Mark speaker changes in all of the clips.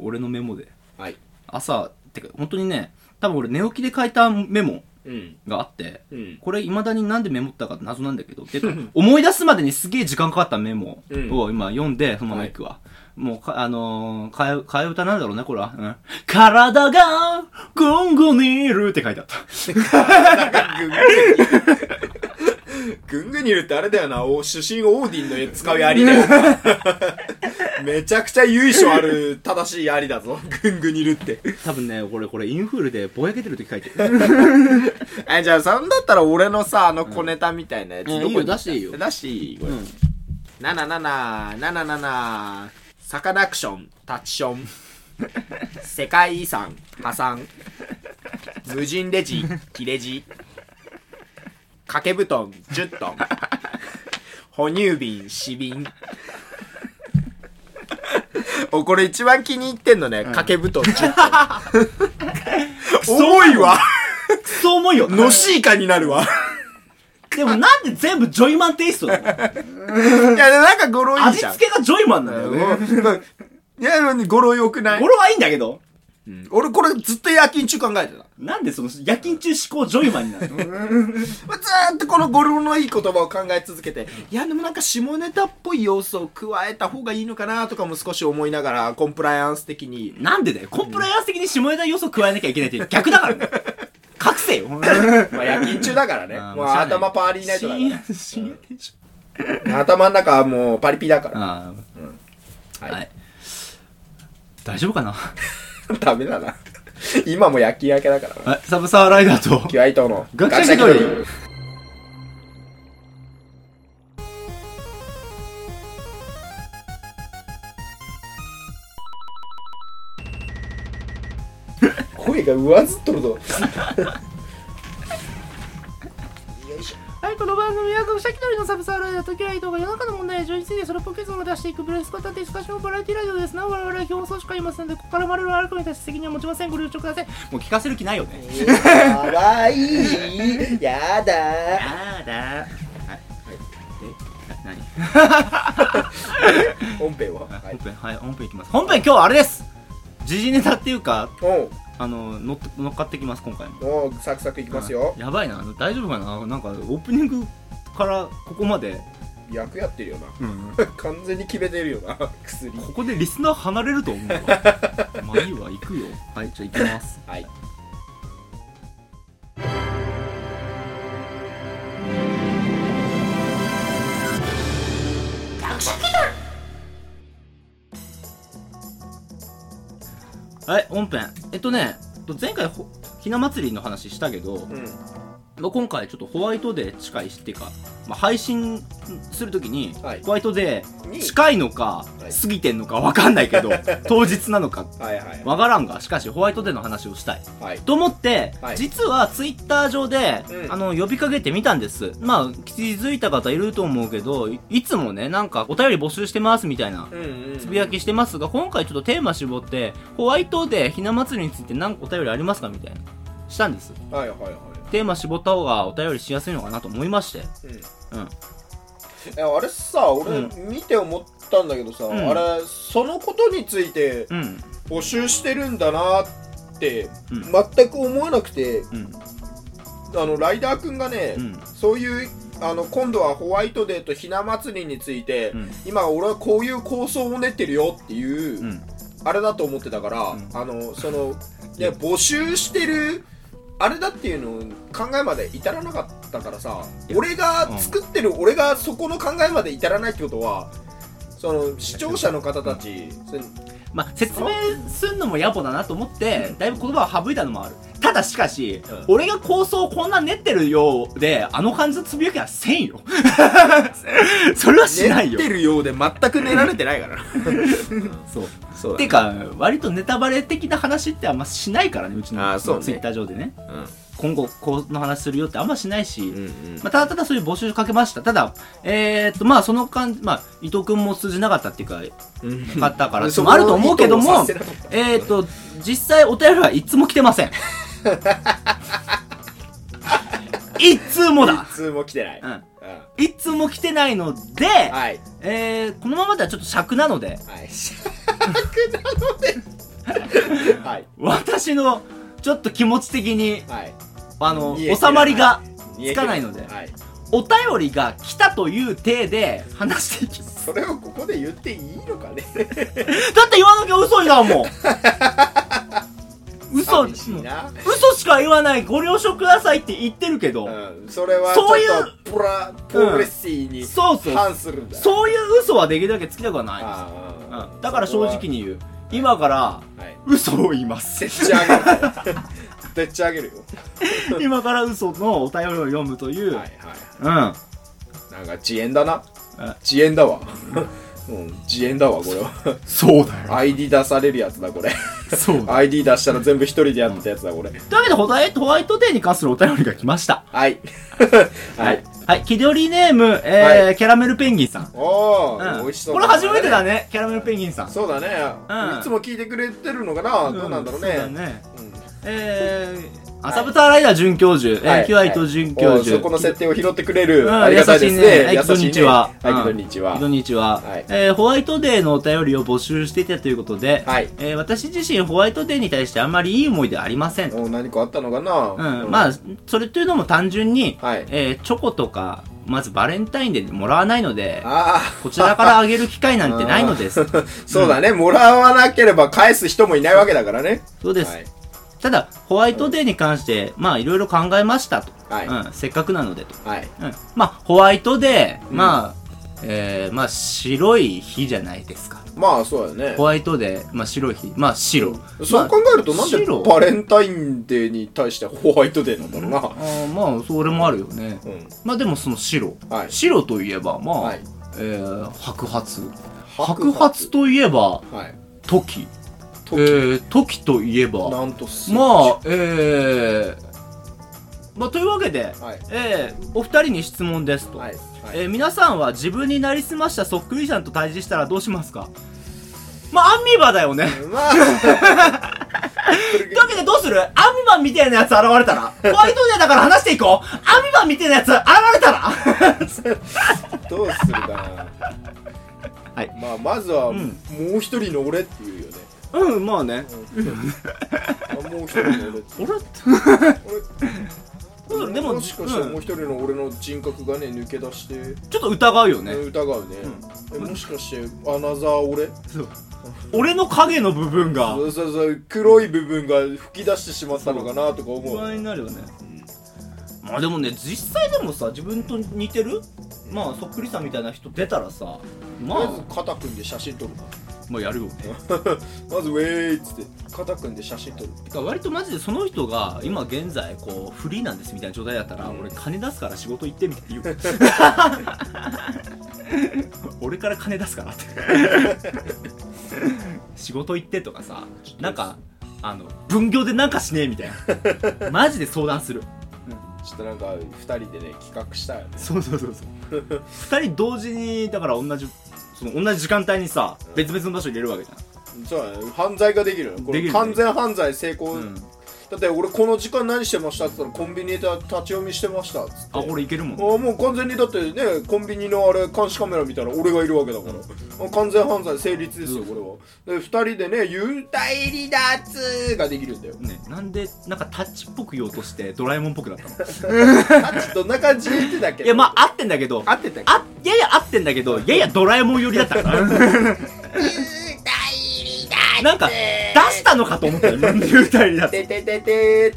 Speaker 1: 俺のメモで
Speaker 2: はい
Speaker 1: 朝てか本当にね多分俺寝起きで書いたメモ
Speaker 2: うん
Speaker 1: があって
Speaker 2: うん
Speaker 1: これ未だになんでメモったか謎なんだけど てか思い出すまでにすげえ時間かかったメモを今読んでそのまま行くわ、もうかあのー、替え替え歌なんだろうねこれは、うん、体がゴンゴにいるって書いてあった
Speaker 2: グングニルってあれだよな、お主神オーディンの使う槍 だよ。めちゃくちゃ由緒ある正しい槍だぞ、グングニルって。
Speaker 1: 多分ね俺これインフルでぼやけてる時書いてる
Speaker 2: え、じゃあ、そんだったら俺のさ、あの小ネタみたいなやつ、
Speaker 1: うん
Speaker 2: どこに
Speaker 1: いいよ出していいよ
Speaker 2: 出していいこれ。
Speaker 1: うん
Speaker 2: なななな、なななな、サカナクション、タッチショ ン。世界遺産、破産。無人レジ、切れ字。掛け布団、10トン。哺乳瓶、死 瓶。お、これ一番気に入ってんのね。掛け布団10トン。 重いわ
Speaker 1: クソ重いよ
Speaker 2: のし いかになるわ。
Speaker 1: でもなんで全部ジョイマンテイストなの
Speaker 2: いや、でもなんか語呂いい
Speaker 1: 味
Speaker 2: じゃん。
Speaker 1: 付けがジョイマンなんだよね
Speaker 2: いや、でも語呂良くない
Speaker 1: 語呂はいいんだけど
Speaker 2: うん俺これずっと夜勤中考えてた。
Speaker 1: なんでその夜勤中思考ジョイマンになるの
Speaker 2: まあずーっとこの語呂のいい言葉を考え続けて、いやでもなんか下ネタっぽい要素を加えた方がいいのかなとかも少し思いながら、コンプライアンス的に。
Speaker 1: なんでだよコンプライアンス的に下ネタ要素加えなきゃいけないって逆だからね隠せよ
Speaker 2: まあ夜勤中だからね。
Speaker 1: あー
Speaker 2: もう
Speaker 1: しゃあない
Speaker 2: 頭パーリーナイトだ
Speaker 1: 深
Speaker 2: か
Speaker 1: 夜深夜テンション
Speaker 2: ら。頭の中はもうパリピだから。
Speaker 1: ああ
Speaker 2: は
Speaker 1: はい大丈夫かな
Speaker 2: ダメだな。今も夜勤明けだからな。
Speaker 1: はいサブサーライダーと
Speaker 2: キュアイトーの
Speaker 1: 学者気取り
Speaker 2: 学者声が上ずっとるぞ。
Speaker 3: はい、この番組は学者気取りのサブサーライダーとキライトが世の中の問題や情についてそれっぽく結論を出していくブレスコタディスカッションバラエティラジオですなお我々は表層しかいませんのでここから生まれる悪くに対して責任は持ちませんご了承ください
Speaker 1: もう聞かせる気ないよね
Speaker 2: かわいい。やだ。
Speaker 1: やだはい何
Speaker 2: 本編は。は
Speaker 1: 本
Speaker 2: い。
Speaker 1: 編はい本編いきます本編今日はあれです時事ネタっていうか
Speaker 2: おう
Speaker 1: あの乗っ乗っかってきます今回も
Speaker 2: おうサクサクいきますよ。
Speaker 1: やばいなあの大丈夫かななんかオープニングからここまで、
Speaker 2: 役やってるよな。完全に決めてるよな。薬。
Speaker 1: ここでリスナー離れると思う わまあいいわ行くよはいじゃあ行きます
Speaker 2: はい。
Speaker 1: はい本編えっとね前回ほひな祭りの話したけど、
Speaker 2: うん。
Speaker 1: まあ、今回ちょっとホワイトデー近いしっていうか、まあ、配信するときに、
Speaker 2: はい
Speaker 1: ホワイトデ
Speaker 2: に
Speaker 1: ー近いのか、
Speaker 2: はい
Speaker 1: 過ぎてんのかわかんないけ ど当日なのか
Speaker 2: はいはい。
Speaker 1: わからんがしかしホワイトデーの話をしたい
Speaker 2: はい。
Speaker 1: と思って、
Speaker 2: はい
Speaker 1: 実はツイッター上で、
Speaker 2: うん
Speaker 1: あの呼びかけてみたんですまあ気づいた方いると思うけどいいつもねなんかお便り募集してますみたいな
Speaker 2: うんうんうん。
Speaker 1: つぶやきしてますが今回ちょっとテーマ絞ってホワイトデーひな祭りについて何かお便りありますかみたいなしたんです
Speaker 2: はいはいは
Speaker 1: テーマ絞った方がお便りしやすいのかなと思いまして
Speaker 2: い。うん。
Speaker 1: うん
Speaker 2: えあれさ俺、
Speaker 1: う
Speaker 2: 見て思ったんだけどさ、
Speaker 1: ん
Speaker 2: あれそのことについて
Speaker 1: うん
Speaker 2: 募集してるんだなって、
Speaker 1: うん
Speaker 2: 全く思わなくて
Speaker 1: うん
Speaker 2: あのライダーくんがね、
Speaker 1: うん
Speaker 2: そういうあの今度はホワイトデーとひな祭りについて、
Speaker 1: うん
Speaker 2: 今俺はこういう構想を練ってるよっていう、
Speaker 1: うん
Speaker 2: あれだと思ってたから、
Speaker 1: ん
Speaker 2: あのそのいや募集してるあれだっていうのを考えまで至らなかったからさ
Speaker 1: いや
Speaker 2: 俺が作ってる、俺がそこの考えまで至らないってことはその視聴者の方たちそれ
Speaker 1: まあ、説明すんのも野暮だなと思って、だいぶ言葉を省いたのもある。ただしかし、
Speaker 2: うん
Speaker 1: 俺が構想をこんな練ってるようで、あの感じのつぶやきはせ んよ。それはしない
Speaker 2: 練っ
Speaker 1: よ
Speaker 2: て。るようで全く練られてないからな
Speaker 1: そう。
Speaker 2: そう
Speaker 1: てか、割とネタバレ的な話ってあんましないからね、うち
Speaker 2: あ
Speaker 1: の
Speaker 2: ーそうね
Speaker 1: ツイッター上でね。
Speaker 2: うん
Speaker 1: 今後この話するよってあんましないし、
Speaker 2: うん
Speaker 1: まあ、ただただそういう募集かけました。ただ、えー、っと、まあ、その感じ、まあ、伊藤くんも通じなかったっていうか、
Speaker 2: うん
Speaker 1: なかったから、
Speaker 2: そこ
Speaker 1: もあると思うけど
Speaker 2: 意図を
Speaker 1: も
Speaker 2: 察せなかっ、た
Speaker 1: えーっと、実際お便りはいつも来てません。 いつもだ
Speaker 2: 普通も来てない、
Speaker 1: う
Speaker 2: うん
Speaker 1: ん。いつも来てないので、
Speaker 2: はい
Speaker 1: えー、このままではちょっと尺なので、
Speaker 2: はいはい
Speaker 1: 私の、ちょっと気持ち的に、
Speaker 2: はい
Speaker 1: あの、
Speaker 2: 見えてない
Speaker 1: 収まりが、
Speaker 2: 見えて
Speaker 1: つか
Speaker 2: る
Speaker 1: ないので
Speaker 2: はい
Speaker 1: お便りが来たという体で話していきます。
Speaker 2: それをここで言っていいのかね
Speaker 1: だって言わなきゃ嘘になるもん 嘘、
Speaker 2: 寂しいな
Speaker 1: 嘘しか言わない、ご了承くださいって言ってるけど、
Speaker 2: うんそれはち
Speaker 1: そういう
Speaker 2: ょっとプラプロレッシーに
Speaker 1: そうそう、
Speaker 2: 反するんだ
Speaker 1: そういう嘘はできるだけつきたくはないです。
Speaker 2: あ
Speaker 1: う
Speaker 2: ー
Speaker 1: ん、だから正直に言う。今から、
Speaker 2: はい
Speaker 1: 嘘を言います
Speaker 2: でっ。ち上げる でっち上げるよ
Speaker 1: 今から嘘のお便りを読むという、
Speaker 2: はいは
Speaker 1: うん。
Speaker 2: いなんか遅延だな
Speaker 1: え
Speaker 2: 遅延だわうん遅延だわこれは
Speaker 1: そうだ
Speaker 2: ID 出されるやつだこれ
Speaker 1: そうだ。
Speaker 2: ID 出したら全部一人でやってたやつだこれ
Speaker 1: というわけでホワイト、ホワイトデーに関するお便りが来ました。
Speaker 2: はいはい。
Speaker 1: はい、キドリネーム、えーキャラメルペンギンさん。
Speaker 2: お
Speaker 1: う
Speaker 2: ー、
Speaker 1: ん、
Speaker 2: 美味しそう
Speaker 1: これ初めてだね、キャラメルペンギンさん。
Speaker 2: そうだね、
Speaker 1: うん
Speaker 2: いつも聞いてくれてるのかな、どうなんだろうね
Speaker 1: そうだね。
Speaker 2: うん
Speaker 1: えー、浅豚ライダー準教授、
Speaker 2: は
Speaker 1: え
Speaker 2: い
Speaker 1: ー、キュアイト準教
Speaker 2: おー
Speaker 1: 授。
Speaker 2: そこの設
Speaker 1: 定。
Speaker 2: 定を拾ってくれ
Speaker 1: う
Speaker 2: る、
Speaker 1: ん
Speaker 2: ありがたいです
Speaker 1: 優
Speaker 2: ね。
Speaker 1: しいねはいこんにちは
Speaker 2: はい、
Speaker 1: うん
Speaker 2: こんにちは。
Speaker 1: こんにちは、
Speaker 2: はい
Speaker 1: えーホワイトデーのお便りを募集していたということで、
Speaker 2: はい
Speaker 1: えー私自身ホワイトデーに対してあんまりいい思い出はありません。
Speaker 2: おー何かあったのかな
Speaker 1: うん、ま
Speaker 2: あ、
Speaker 1: あ、それというのも単純に、
Speaker 2: はい
Speaker 1: えーチョコとか、まずバレンタインデーでもらわないので、
Speaker 2: あ
Speaker 1: こちらからあげる機会なんてないのです。
Speaker 2: あ、 そうだね、もらわなければ返す人もいないわけだからね。
Speaker 1: そうです。
Speaker 2: はい。
Speaker 1: ただ、ホワイトデーに関して、まあ、いろいろ考えましたと。
Speaker 2: はい
Speaker 1: うん、せっかくなのでと。
Speaker 2: はい。
Speaker 1: うん、まあ、ホワイトデー、
Speaker 2: うん
Speaker 1: まあ、えー、まあ、白い日じゃないですか。
Speaker 2: まあ、そうだよね
Speaker 1: ホ。ワイトデー、まあ、白い日、まあ、白。
Speaker 2: そう考えると、なんで
Speaker 1: 白
Speaker 2: バレンタインデーに対してホワイトデーなんだろうな。
Speaker 1: あーまあ、それもあるよね。
Speaker 2: うん。
Speaker 1: まあ、でもその白。
Speaker 2: はい
Speaker 1: 白といえば、まあ、
Speaker 2: はい
Speaker 1: えー、白髪。
Speaker 2: 白
Speaker 1: 白
Speaker 2: 髪
Speaker 1: 髪といえば、
Speaker 2: はい。
Speaker 1: 時。
Speaker 2: 時
Speaker 1: えー、時といえば、
Speaker 2: なんとす
Speaker 1: まあ、えー、まあ、というわけで、
Speaker 2: はい
Speaker 1: えー、お二人に質問ですと。
Speaker 2: はい。はい
Speaker 1: えー皆さんは自分になりすましたそっくりさんと対峙したらどうしますかまあ、アンビバだよね。
Speaker 2: まあ、
Speaker 1: というわけでどうするアンビバみたいなやつ現れたら ホワイトデーだから話していこうアンビバみたいなやつ現れたら
Speaker 2: どうするかな。
Speaker 1: はい
Speaker 2: まあ、まずは、
Speaker 1: ん
Speaker 2: もう一人の俺っていうよね。
Speaker 1: うん、まあね。
Speaker 2: あもう一人の俺って。
Speaker 1: 俺う
Speaker 2: 俺
Speaker 1: んでも
Speaker 2: もしかしたら
Speaker 1: うん
Speaker 2: もう一人の俺の人格がね、抜け出して、
Speaker 1: ちょっと疑うよね。
Speaker 2: 疑うね、えもしかして、アナザー俺
Speaker 1: そう俺の影の部分が、
Speaker 2: そうそうそう、黒い部分が吹き出してしまったのかなとか思
Speaker 1: 不
Speaker 2: う。
Speaker 1: 安になるよね。まあでもね、実際でもさ、自分と似てるまあ、そっくりさんみたいな人出たらさ、ま
Speaker 2: まず
Speaker 1: あ、
Speaker 2: 肩組んで写真撮るか
Speaker 1: まあやるよね。
Speaker 2: まずウェーイっつって肩組んで写真撮る
Speaker 1: だから割とマジでその人が今現在こうフリーなんですみたいな状態だったら、
Speaker 2: うん
Speaker 1: 俺金出すから仕事行ってみたい な言う俺から金出すからって仕事行ってとかさなんかあの分業でなんかしねえみたい なマジで相談する
Speaker 2: ちょっとなんか二人でね企画したよね
Speaker 1: そうそうそうそう 二人同時にだから同じその同じ時間帯にさ
Speaker 2: うん
Speaker 1: 別々の場所に入れるわけじ
Speaker 2: そうだね犯罪ができるよこ
Speaker 1: でき
Speaker 2: れ
Speaker 1: るね
Speaker 2: 完全犯罪成功、
Speaker 1: ゃん、うん、
Speaker 2: だって俺この時間何してましたって言ったらコンビニで立ち読みしてましたっつって
Speaker 1: あこれいけるもん
Speaker 2: あもう完全にだってねコンビニのあれ監視カメラ見たら俺がいるわけだから、あ完全犯罪成立ですよこれはで2人でね「幽体離脱」ができるんだよ
Speaker 1: ね、なんでなんかタッチっぽく言おうとしてドラえもんっぽくなったの
Speaker 2: あちょっとどんな感じで言ってたっけ
Speaker 1: いや、まあ、合ってんだけど、
Speaker 2: 合ってたっけ
Speaker 1: あ、やや合ってんだけど、ややドラえもん寄りだった から。なんか、出したのかと思ったよ、今の幽体離脱
Speaker 2: ててててーっ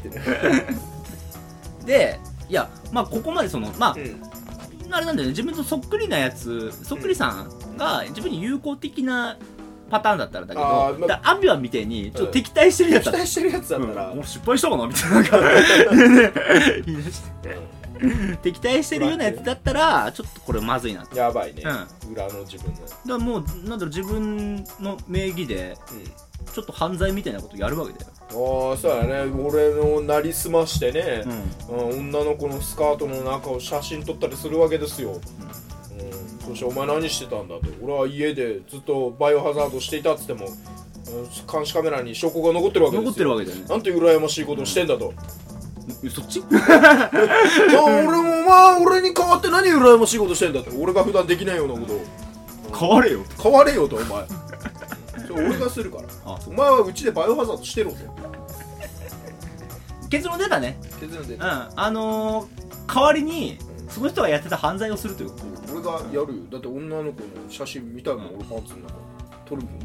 Speaker 2: て、
Speaker 1: で、いや、まあ、ここまでその、まあ、
Speaker 2: うん
Speaker 1: あれなんだよね、自分とそっくりなやつ、そっくりさんが自分に友好的なパターンだったらだけど、
Speaker 2: あーまあ
Speaker 1: だからアンビはみたいに、ちょっと敵対してるやつ
Speaker 2: 期
Speaker 1: だった。
Speaker 2: 待してるやつだったら、
Speaker 1: もう失敗したかなみたいななんかねね言い出して敵対してるようなやつだったらちょっとこれまずいなと
Speaker 2: やばいね、
Speaker 1: う
Speaker 2: 裏の自分の、
Speaker 1: だからもうなんだろう自分の名義でちょっと犯罪みたいなことやるわけだよ、
Speaker 2: ああそうやね俺のなりすましてね、
Speaker 1: ん、
Speaker 2: うん女の子のスカートの中を写真撮ったりするわけですよ、うんそして「お前何してたんだ」って「俺は家でずっとバイオハザードしていた」っつっても、うん監視カメラに証拠が残ってるわけです
Speaker 1: 残
Speaker 2: よ
Speaker 1: ってるわけだよね
Speaker 2: なんて羨ましいことをしてんだと、
Speaker 1: そっち
Speaker 2: いや俺もまあ俺に代わって何羨ましいことしてんだって俺が普段できないようなことを
Speaker 1: 変われよ
Speaker 2: 変われよとお前そう俺がするから
Speaker 1: あそ
Speaker 2: お
Speaker 1: う
Speaker 2: 前はうちでバイオハザードしてろと
Speaker 1: 結論出たね
Speaker 2: 結論で
Speaker 1: うんあのー、代わりにその人がやってた犯罪をするということ
Speaker 2: 俺がやるよだって女の子の写真見たいもん俺パーツの中撮るもん、うん、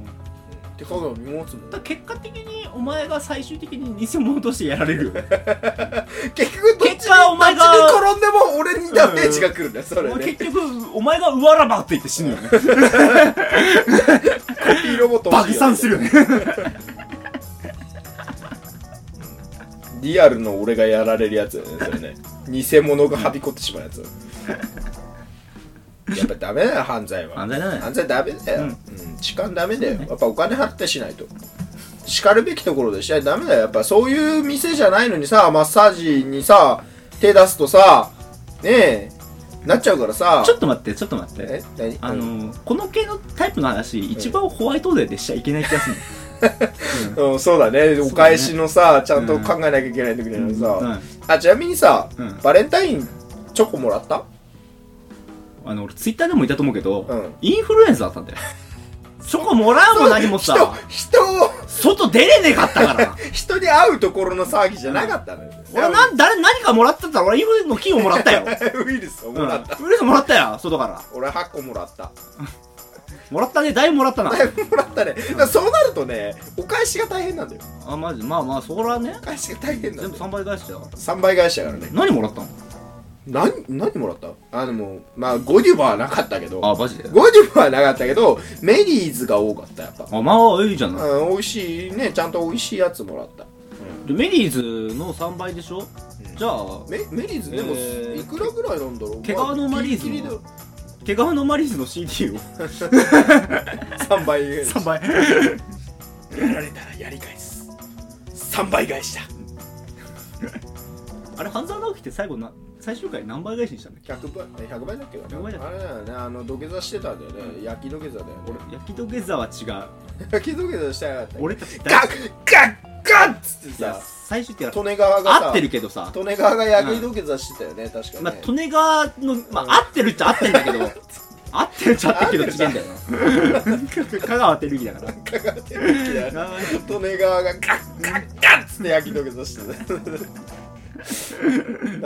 Speaker 2: 手鏡見持つもん
Speaker 1: だから結果的にお前が最終的に偽物としてやられる よ
Speaker 2: 結局どっちに
Speaker 1: 結果お前が
Speaker 2: どっちに転んでも俺にダメージが来るんだよそれ
Speaker 1: もう
Speaker 2: ね
Speaker 1: 結局お前がうわらばって言って死ぬよ ね
Speaker 2: コピーロボット
Speaker 1: 爆
Speaker 2: 欲しいよ
Speaker 1: 散するよね
Speaker 2: リアルの俺がやられるやつだよねそれ ね偽物がはびこってしまうやつやっぱダメだよ犯罪は
Speaker 1: 犯罪だね
Speaker 2: 犯罪ダメだよ、
Speaker 1: う
Speaker 2: うんん痴漢ダメだよやっぱお金払ってしないと叱るべきところでしないとダメだよやっぱそういう店じゃないのにさマッサージにさ手出すとさねえなっちゃうから さ
Speaker 1: ちょっと待ってちょっと待って
Speaker 2: え何
Speaker 1: あのー、この系のタイプの話一番ホワイトデーでしちゃいけない気がする
Speaker 2: うん、そうだね
Speaker 1: ね
Speaker 2: お返しのさちゃんと考えなきゃいけない時な
Speaker 1: の、
Speaker 2: の
Speaker 1: う
Speaker 2: に
Speaker 1: ん
Speaker 2: さ、
Speaker 1: うん
Speaker 2: あちなみにさ、
Speaker 1: うん
Speaker 2: バレンタインチョコもらった
Speaker 1: あの俺ツイッターでもいたと思うけど、
Speaker 2: うん
Speaker 1: インフルエンサーだ ったんだよチョコもらうも何もさ
Speaker 2: 人人を
Speaker 1: 外出れねえかったから
Speaker 2: 人に会うところの騒ぎじゃなかったのよ、
Speaker 1: 俺なん誰何かもらってたら俺インフルの菌をもら ったよ、
Speaker 2: ウイルスを
Speaker 1: うん、
Speaker 2: もらった、
Speaker 1: ウイルスもらったよ外から
Speaker 2: 俺8個もらった
Speaker 1: もらったねだいぶもらったな
Speaker 2: だいぶもらったねだからそうなるとねお返しが大変なんだよ
Speaker 1: あマジまあまあそこらね
Speaker 2: お返しが大変な
Speaker 1: 全
Speaker 2: ん
Speaker 1: 部
Speaker 2: だ
Speaker 1: 3倍返
Speaker 2: よ
Speaker 1: してたよ
Speaker 2: 3倍返しだからね
Speaker 1: 何もらったの
Speaker 2: 何何もらったあでもまあゴディバはなかったけど
Speaker 1: あマジで
Speaker 2: ゴディバはなかったけどメリーズが多かったやっぱ
Speaker 1: あまあいいじゃない、
Speaker 2: うん美味しいねちゃんと美味しいやつもらった
Speaker 1: でメリーズの3倍でしょ、
Speaker 2: ん
Speaker 1: じゃあ
Speaker 2: メメリーズでも、
Speaker 1: えー
Speaker 2: いくらぐらいなんだろう
Speaker 1: 毛皮のマリーズの
Speaker 2: ギリギリだよ
Speaker 1: 毛皮のマリーズの CD を
Speaker 2: 3倍返し
Speaker 1: 3倍
Speaker 2: やられたらやり返す3倍返しだ
Speaker 1: あれ半沢直樹って最後な最終回何倍返しにしたんだっけ
Speaker 2: 100倍え100倍だっけかな
Speaker 1: 100倍だっけ
Speaker 2: あれだよねあの土下座してたんだよね、焼き土下座だよ俺
Speaker 1: 焼き土下座は違う
Speaker 2: 焼き土下座したら
Speaker 1: 俺たち
Speaker 2: ガッ
Speaker 1: 大
Speaker 2: ガッガッつって
Speaker 1: いや
Speaker 2: さ
Speaker 1: 最終的には
Speaker 2: 利根川がさ
Speaker 1: 合ってるけどさ、
Speaker 2: 利根川が焼き土下座してたよね、確かに、
Speaker 1: まあ
Speaker 2: ね、
Speaker 1: 利根川のまあ合ってるっちゃ合ってんだけど 合ってるっちゃ合ってるけど違うんだよ な香川照之だから
Speaker 2: 香川照之だよね利根川がガッガッガッつって焼き土下座してた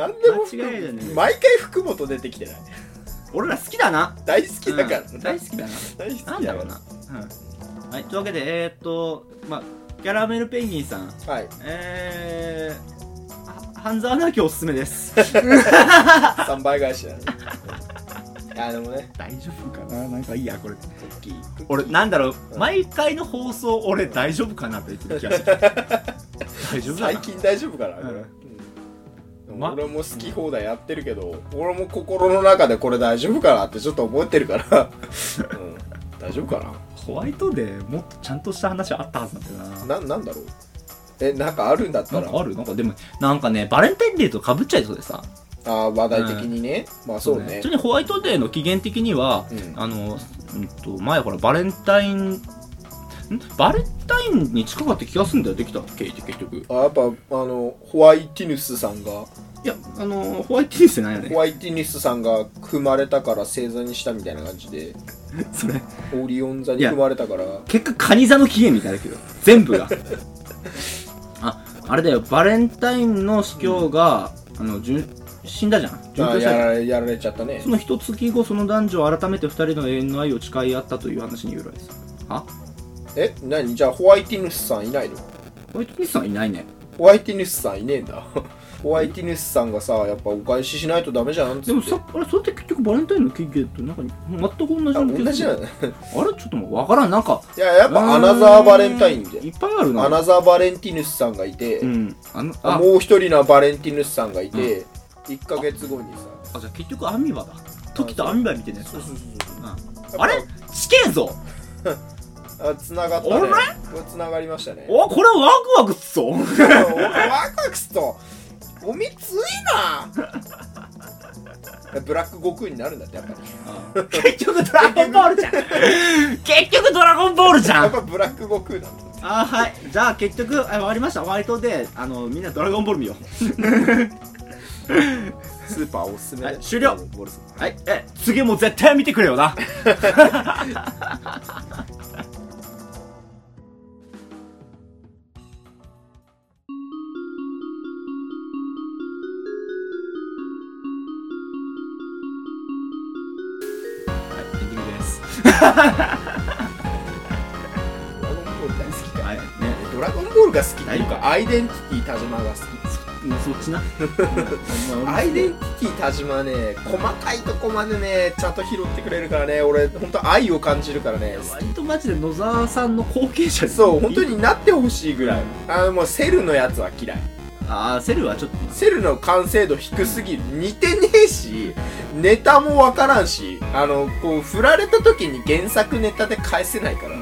Speaker 2: なんでも
Speaker 1: 間違いだね
Speaker 2: 毎回福本出てきてない
Speaker 1: 俺ら好きだな
Speaker 2: 大好きだから、
Speaker 1: うん大好きだな
Speaker 2: 大好き
Speaker 1: なんだろうな、うんはい、というわけでえー、っとまあキャラメルペンギンさん
Speaker 2: はい
Speaker 1: えーは半沢直樹おすすめです
Speaker 2: 3倍返しだねあでもね
Speaker 1: 大丈夫かななんかいいやこれ俺なんだろう、毎回の放送俺大丈夫かなって言ってる 気がする大丈夫だ
Speaker 2: 最
Speaker 1: な
Speaker 2: 近大丈夫かな、
Speaker 1: うん
Speaker 2: うん
Speaker 1: ま
Speaker 2: 俺も好き放題やってるけど、俺も心の中でこれ大丈夫かなってちょっと思ってる から、うん、大丈夫か
Speaker 1: ホワイトデーもっとちゃんとした話あったはずなんだよな
Speaker 2: なななんだろうえなんかあるんだった
Speaker 1: なん
Speaker 2: ら
Speaker 1: かあるなんかでもなんかねバレンタインデーとかぶっちゃいそうでさ
Speaker 2: あー話題的にね、まあそうね
Speaker 1: ちなみにホワイトデーの起源的には、
Speaker 2: うん
Speaker 1: あの、うん、と前ほらバレンタインんバレンタインに近かった気がするんだよできた経緯って結局い
Speaker 2: あやっぱあのホワイティヌスさんが
Speaker 1: やあのホワイトデーってないよ
Speaker 2: ホ
Speaker 1: ね
Speaker 2: ワイティヌスさんが組まれたから星座にしたみたいな感じで
Speaker 1: それ
Speaker 2: オリオン座に組まれたから
Speaker 1: 結果カニ座の起源みたいだけど全部がああれだよバレンタインの司教が、あの殉死んだじゃん殉教
Speaker 2: あー
Speaker 1: したじ
Speaker 2: や
Speaker 1: ゃん
Speaker 2: られやられちゃったね
Speaker 1: その一月後その男女は改めて二人の永遠の愛を誓い合ったという話に由来するは
Speaker 2: え何じゃあホワイティヌスさんいないの
Speaker 1: ホワイトニスさんいないね
Speaker 2: ホワイティヌスさんいねえんだ ホワイティヌスさんがさやっぱお返ししないとダメじゃんっつ
Speaker 1: で
Speaker 2: っ
Speaker 1: も
Speaker 2: て
Speaker 1: さあれそれって結局バレンタインの経験となんか全く同じ
Speaker 2: あ
Speaker 1: の
Speaker 2: 同じ なの
Speaker 1: あれちょっともう分からんなんか
Speaker 2: いややっぱアナザーバレンタイン
Speaker 1: うーん
Speaker 2: で
Speaker 1: いっぱいあるな
Speaker 2: アナザーバレンティヌスさんがいて、
Speaker 1: うんあのあ
Speaker 2: もう一人のバレンティヌスさんがいて、1ヶ月後にさ
Speaker 1: あじゃあ結局アミバだ時とアミバみたいなやつだ
Speaker 2: そう
Speaker 1: うんあれちけえぞ
Speaker 2: あつながった
Speaker 1: あ
Speaker 2: ね
Speaker 1: れ
Speaker 2: これつながりましたね
Speaker 1: おこれワクワクっす ぞ
Speaker 2: おワクワクすとおみつい なブラック悟空になるんだってやっぱり
Speaker 1: 結局ドラゴンボールじゃん結局ドラゴンボールじゃ
Speaker 2: やっ
Speaker 1: ん
Speaker 2: ぱブラック悟空なんだ
Speaker 1: あーはいじゃあ結局あ終わりましたホワイトであのみんなドラゴンボール見よ
Speaker 2: スーパーおすすめだよ
Speaker 1: はい終了
Speaker 2: ボルス
Speaker 1: うはいえ 次も絶対見てくれよな
Speaker 2: ドラゴンボール大好きだよ
Speaker 1: はいね
Speaker 2: ドラゴンボールが好きっていうかアイデンティティ田島が好き
Speaker 1: もうそっ ちな
Speaker 2: アイデンティティ田島ね細かいとこまでねちゃんと拾ってくれるからね俺本当愛を感じるからね
Speaker 1: 割とマジで野沢さんの後継者
Speaker 2: そう本当になってほしいぐらいあのもうセルのやつは嫌い
Speaker 1: ああセルはちょっと
Speaker 2: セルの完成度低すぎる似てねえしネタもわからんしあのこう振られた時に原作ネタで返せないから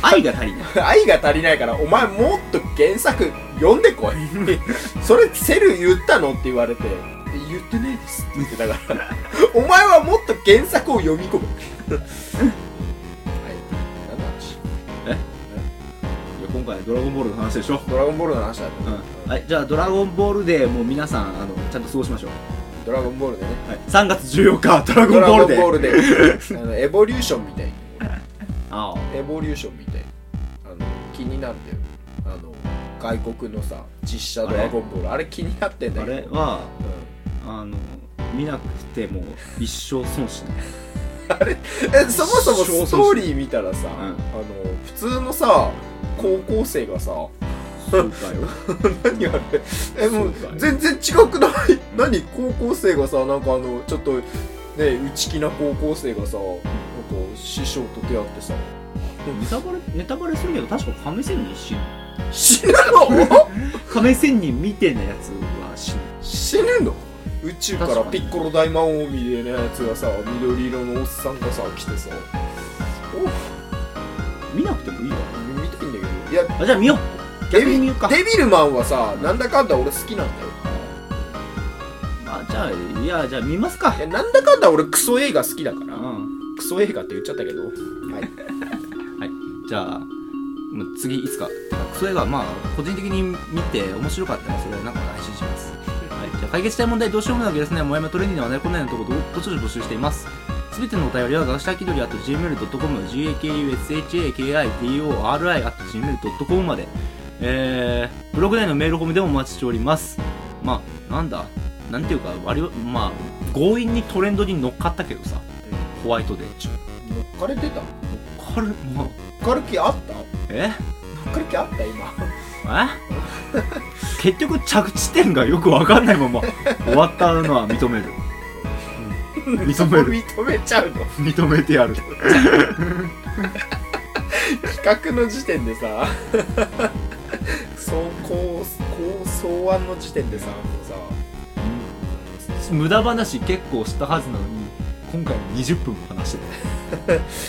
Speaker 1: 愛が 足りない
Speaker 2: 愛が足りないから、お前もっと原作読んでこい。 それセル言ったのって言われて、言ってないですって言ってたから、 お前はもっと原作を読み込む。はい。何の話
Speaker 1: いや今回ドラゴンボールの話でしょ
Speaker 2: ドラゴンボールの話だった、
Speaker 1: うんはいじゃあドラゴンボールデーもう皆さんあのちゃんと過ごしましょう
Speaker 2: ドラゴンボールでね。
Speaker 1: はい3月14日ドラゴ
Speaker 2: ド
Speaker 1: ン
Speaker 2: ラ
Speaker 1: ボー
Speaker 2: ゴ
Speaker 1: ル
Speaker 2: ン
Speaker 1: デ
Speaker 2: ボ
Speaker 1: ー
Speaker 2: ール で。あの、エボリューションみたい。
Speaker 1: ああ
Speaker 2: エボリューションみたい。あの、気になってる。あの、外国のさ、実写ドラゴンボール。あれ気になってんだ
Speaker 1: あ
Speaker 2: けど。
Speaker 1: れは
Speaker 2: うん
Speaker 1: あの見なくても一生損しない
Speaker 2: えそもそもストーリー見たらさ、
Speaker 1: ん
Speaker 2: あの普通のさ高校 生がさ
Speaker 1: そうかよ
Speaker 2: 何あれえもう
Speaker 1: そうだよ
Speaker 2: 全然違くない 何高校生がさなんかあのちょっとね内気な高校生がさなんか師匠と出会ってさ
Speaker 1: で もネタバレネタバレするけど確か亀仙人死ぬ
Speaker 2: 死ぬ の
Speaker 1: 亀仙人みてえなやつは死ぬ
Speaker 2: 死ぬの宇宙から
Speaker 1: 確か
Speaker 2: ピ
Speaker 1: に
Speaker 2: ッコロ大魔王みたいなやつがさ緑色のおっさんがさ来てさ
Speaker 1: 見なくてもいいわ
Speaker 2: お見たいんだけどいや
Speaker 1: あじゃあ見よう
Speaker 2: デ
Speaker 1: 逆に
Speaker 2: ビ
Speaker 1: 見ようか
Speaker 2: デビルマンはさなんだかんだ俺好きなんだよ
Speaker 1: あじゃあいやじゃあ見ますか
Speaker 2: いやなんだかんだ俺クソ映画好きだか
Speaker 1: う
Speaker 2: ら、
Speaker 1: ん
Speaker 2: クソ映画って言っちゃったけど、はい、
Speaker 1: じゃあまあ次いつかてかクソ映画まあ個人的に見て面白かったらそれはなんか配信しますはい、じゃあ解決したい問題どうしようもなくですね、もやもやトレンディーの話題こんなのとこどどしどし募集しています。すべてのお便りは、学者気取りあと gmail.com、gakushakidori あと gmail.com まで、えー、ブログ内のメールフォームでもお待ちしております。まあ、なんだ、なんていうか、割り、まあ、強引にトレンドに乗っかったけどさ、ホワイトデー中。
Speaker 2: 乗っかれてた乗
Speaker 1: これ、もう、
Speaker 2: っかる気あった乗
Speaker 1: え
Speaker 2: っかる気あった今
Speaker 1: え結局着地点がよくわかんないまま終わったのは認める。認める。
Speaker 2: 認めちゃうの
Speaker 1: 認めてやる
Speaker 2: 企画の時点でさそうこうこう草案の時点でさもうさ
Speaker 1: 無駄話結構したはずなのに今回20分も話し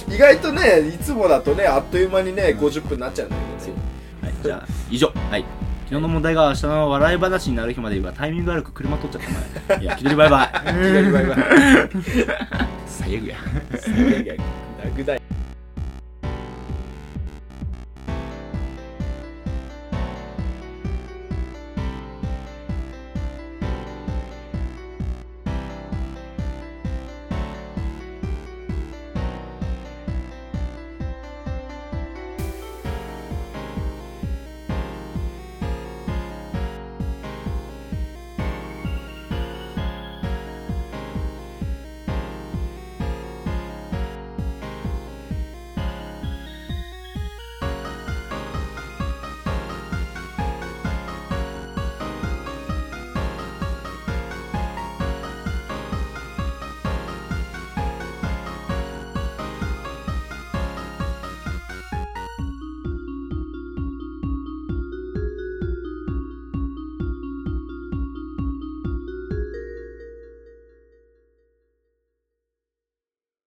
Speaker 1: て
Speaker 2: 意外とねいつもだとねあっという間にね50分になっちゃうんだけどね
Speaker 1: たはいじゃあ以上はい昨日の問題が明日の笑い話になる日まではタイミング悪く車取っちゃった前い や気取りバイバイ
Speaker 2: 左バイバイ
Speaker 1: 最悪や
Speaker 2: 左バイバイグダグダ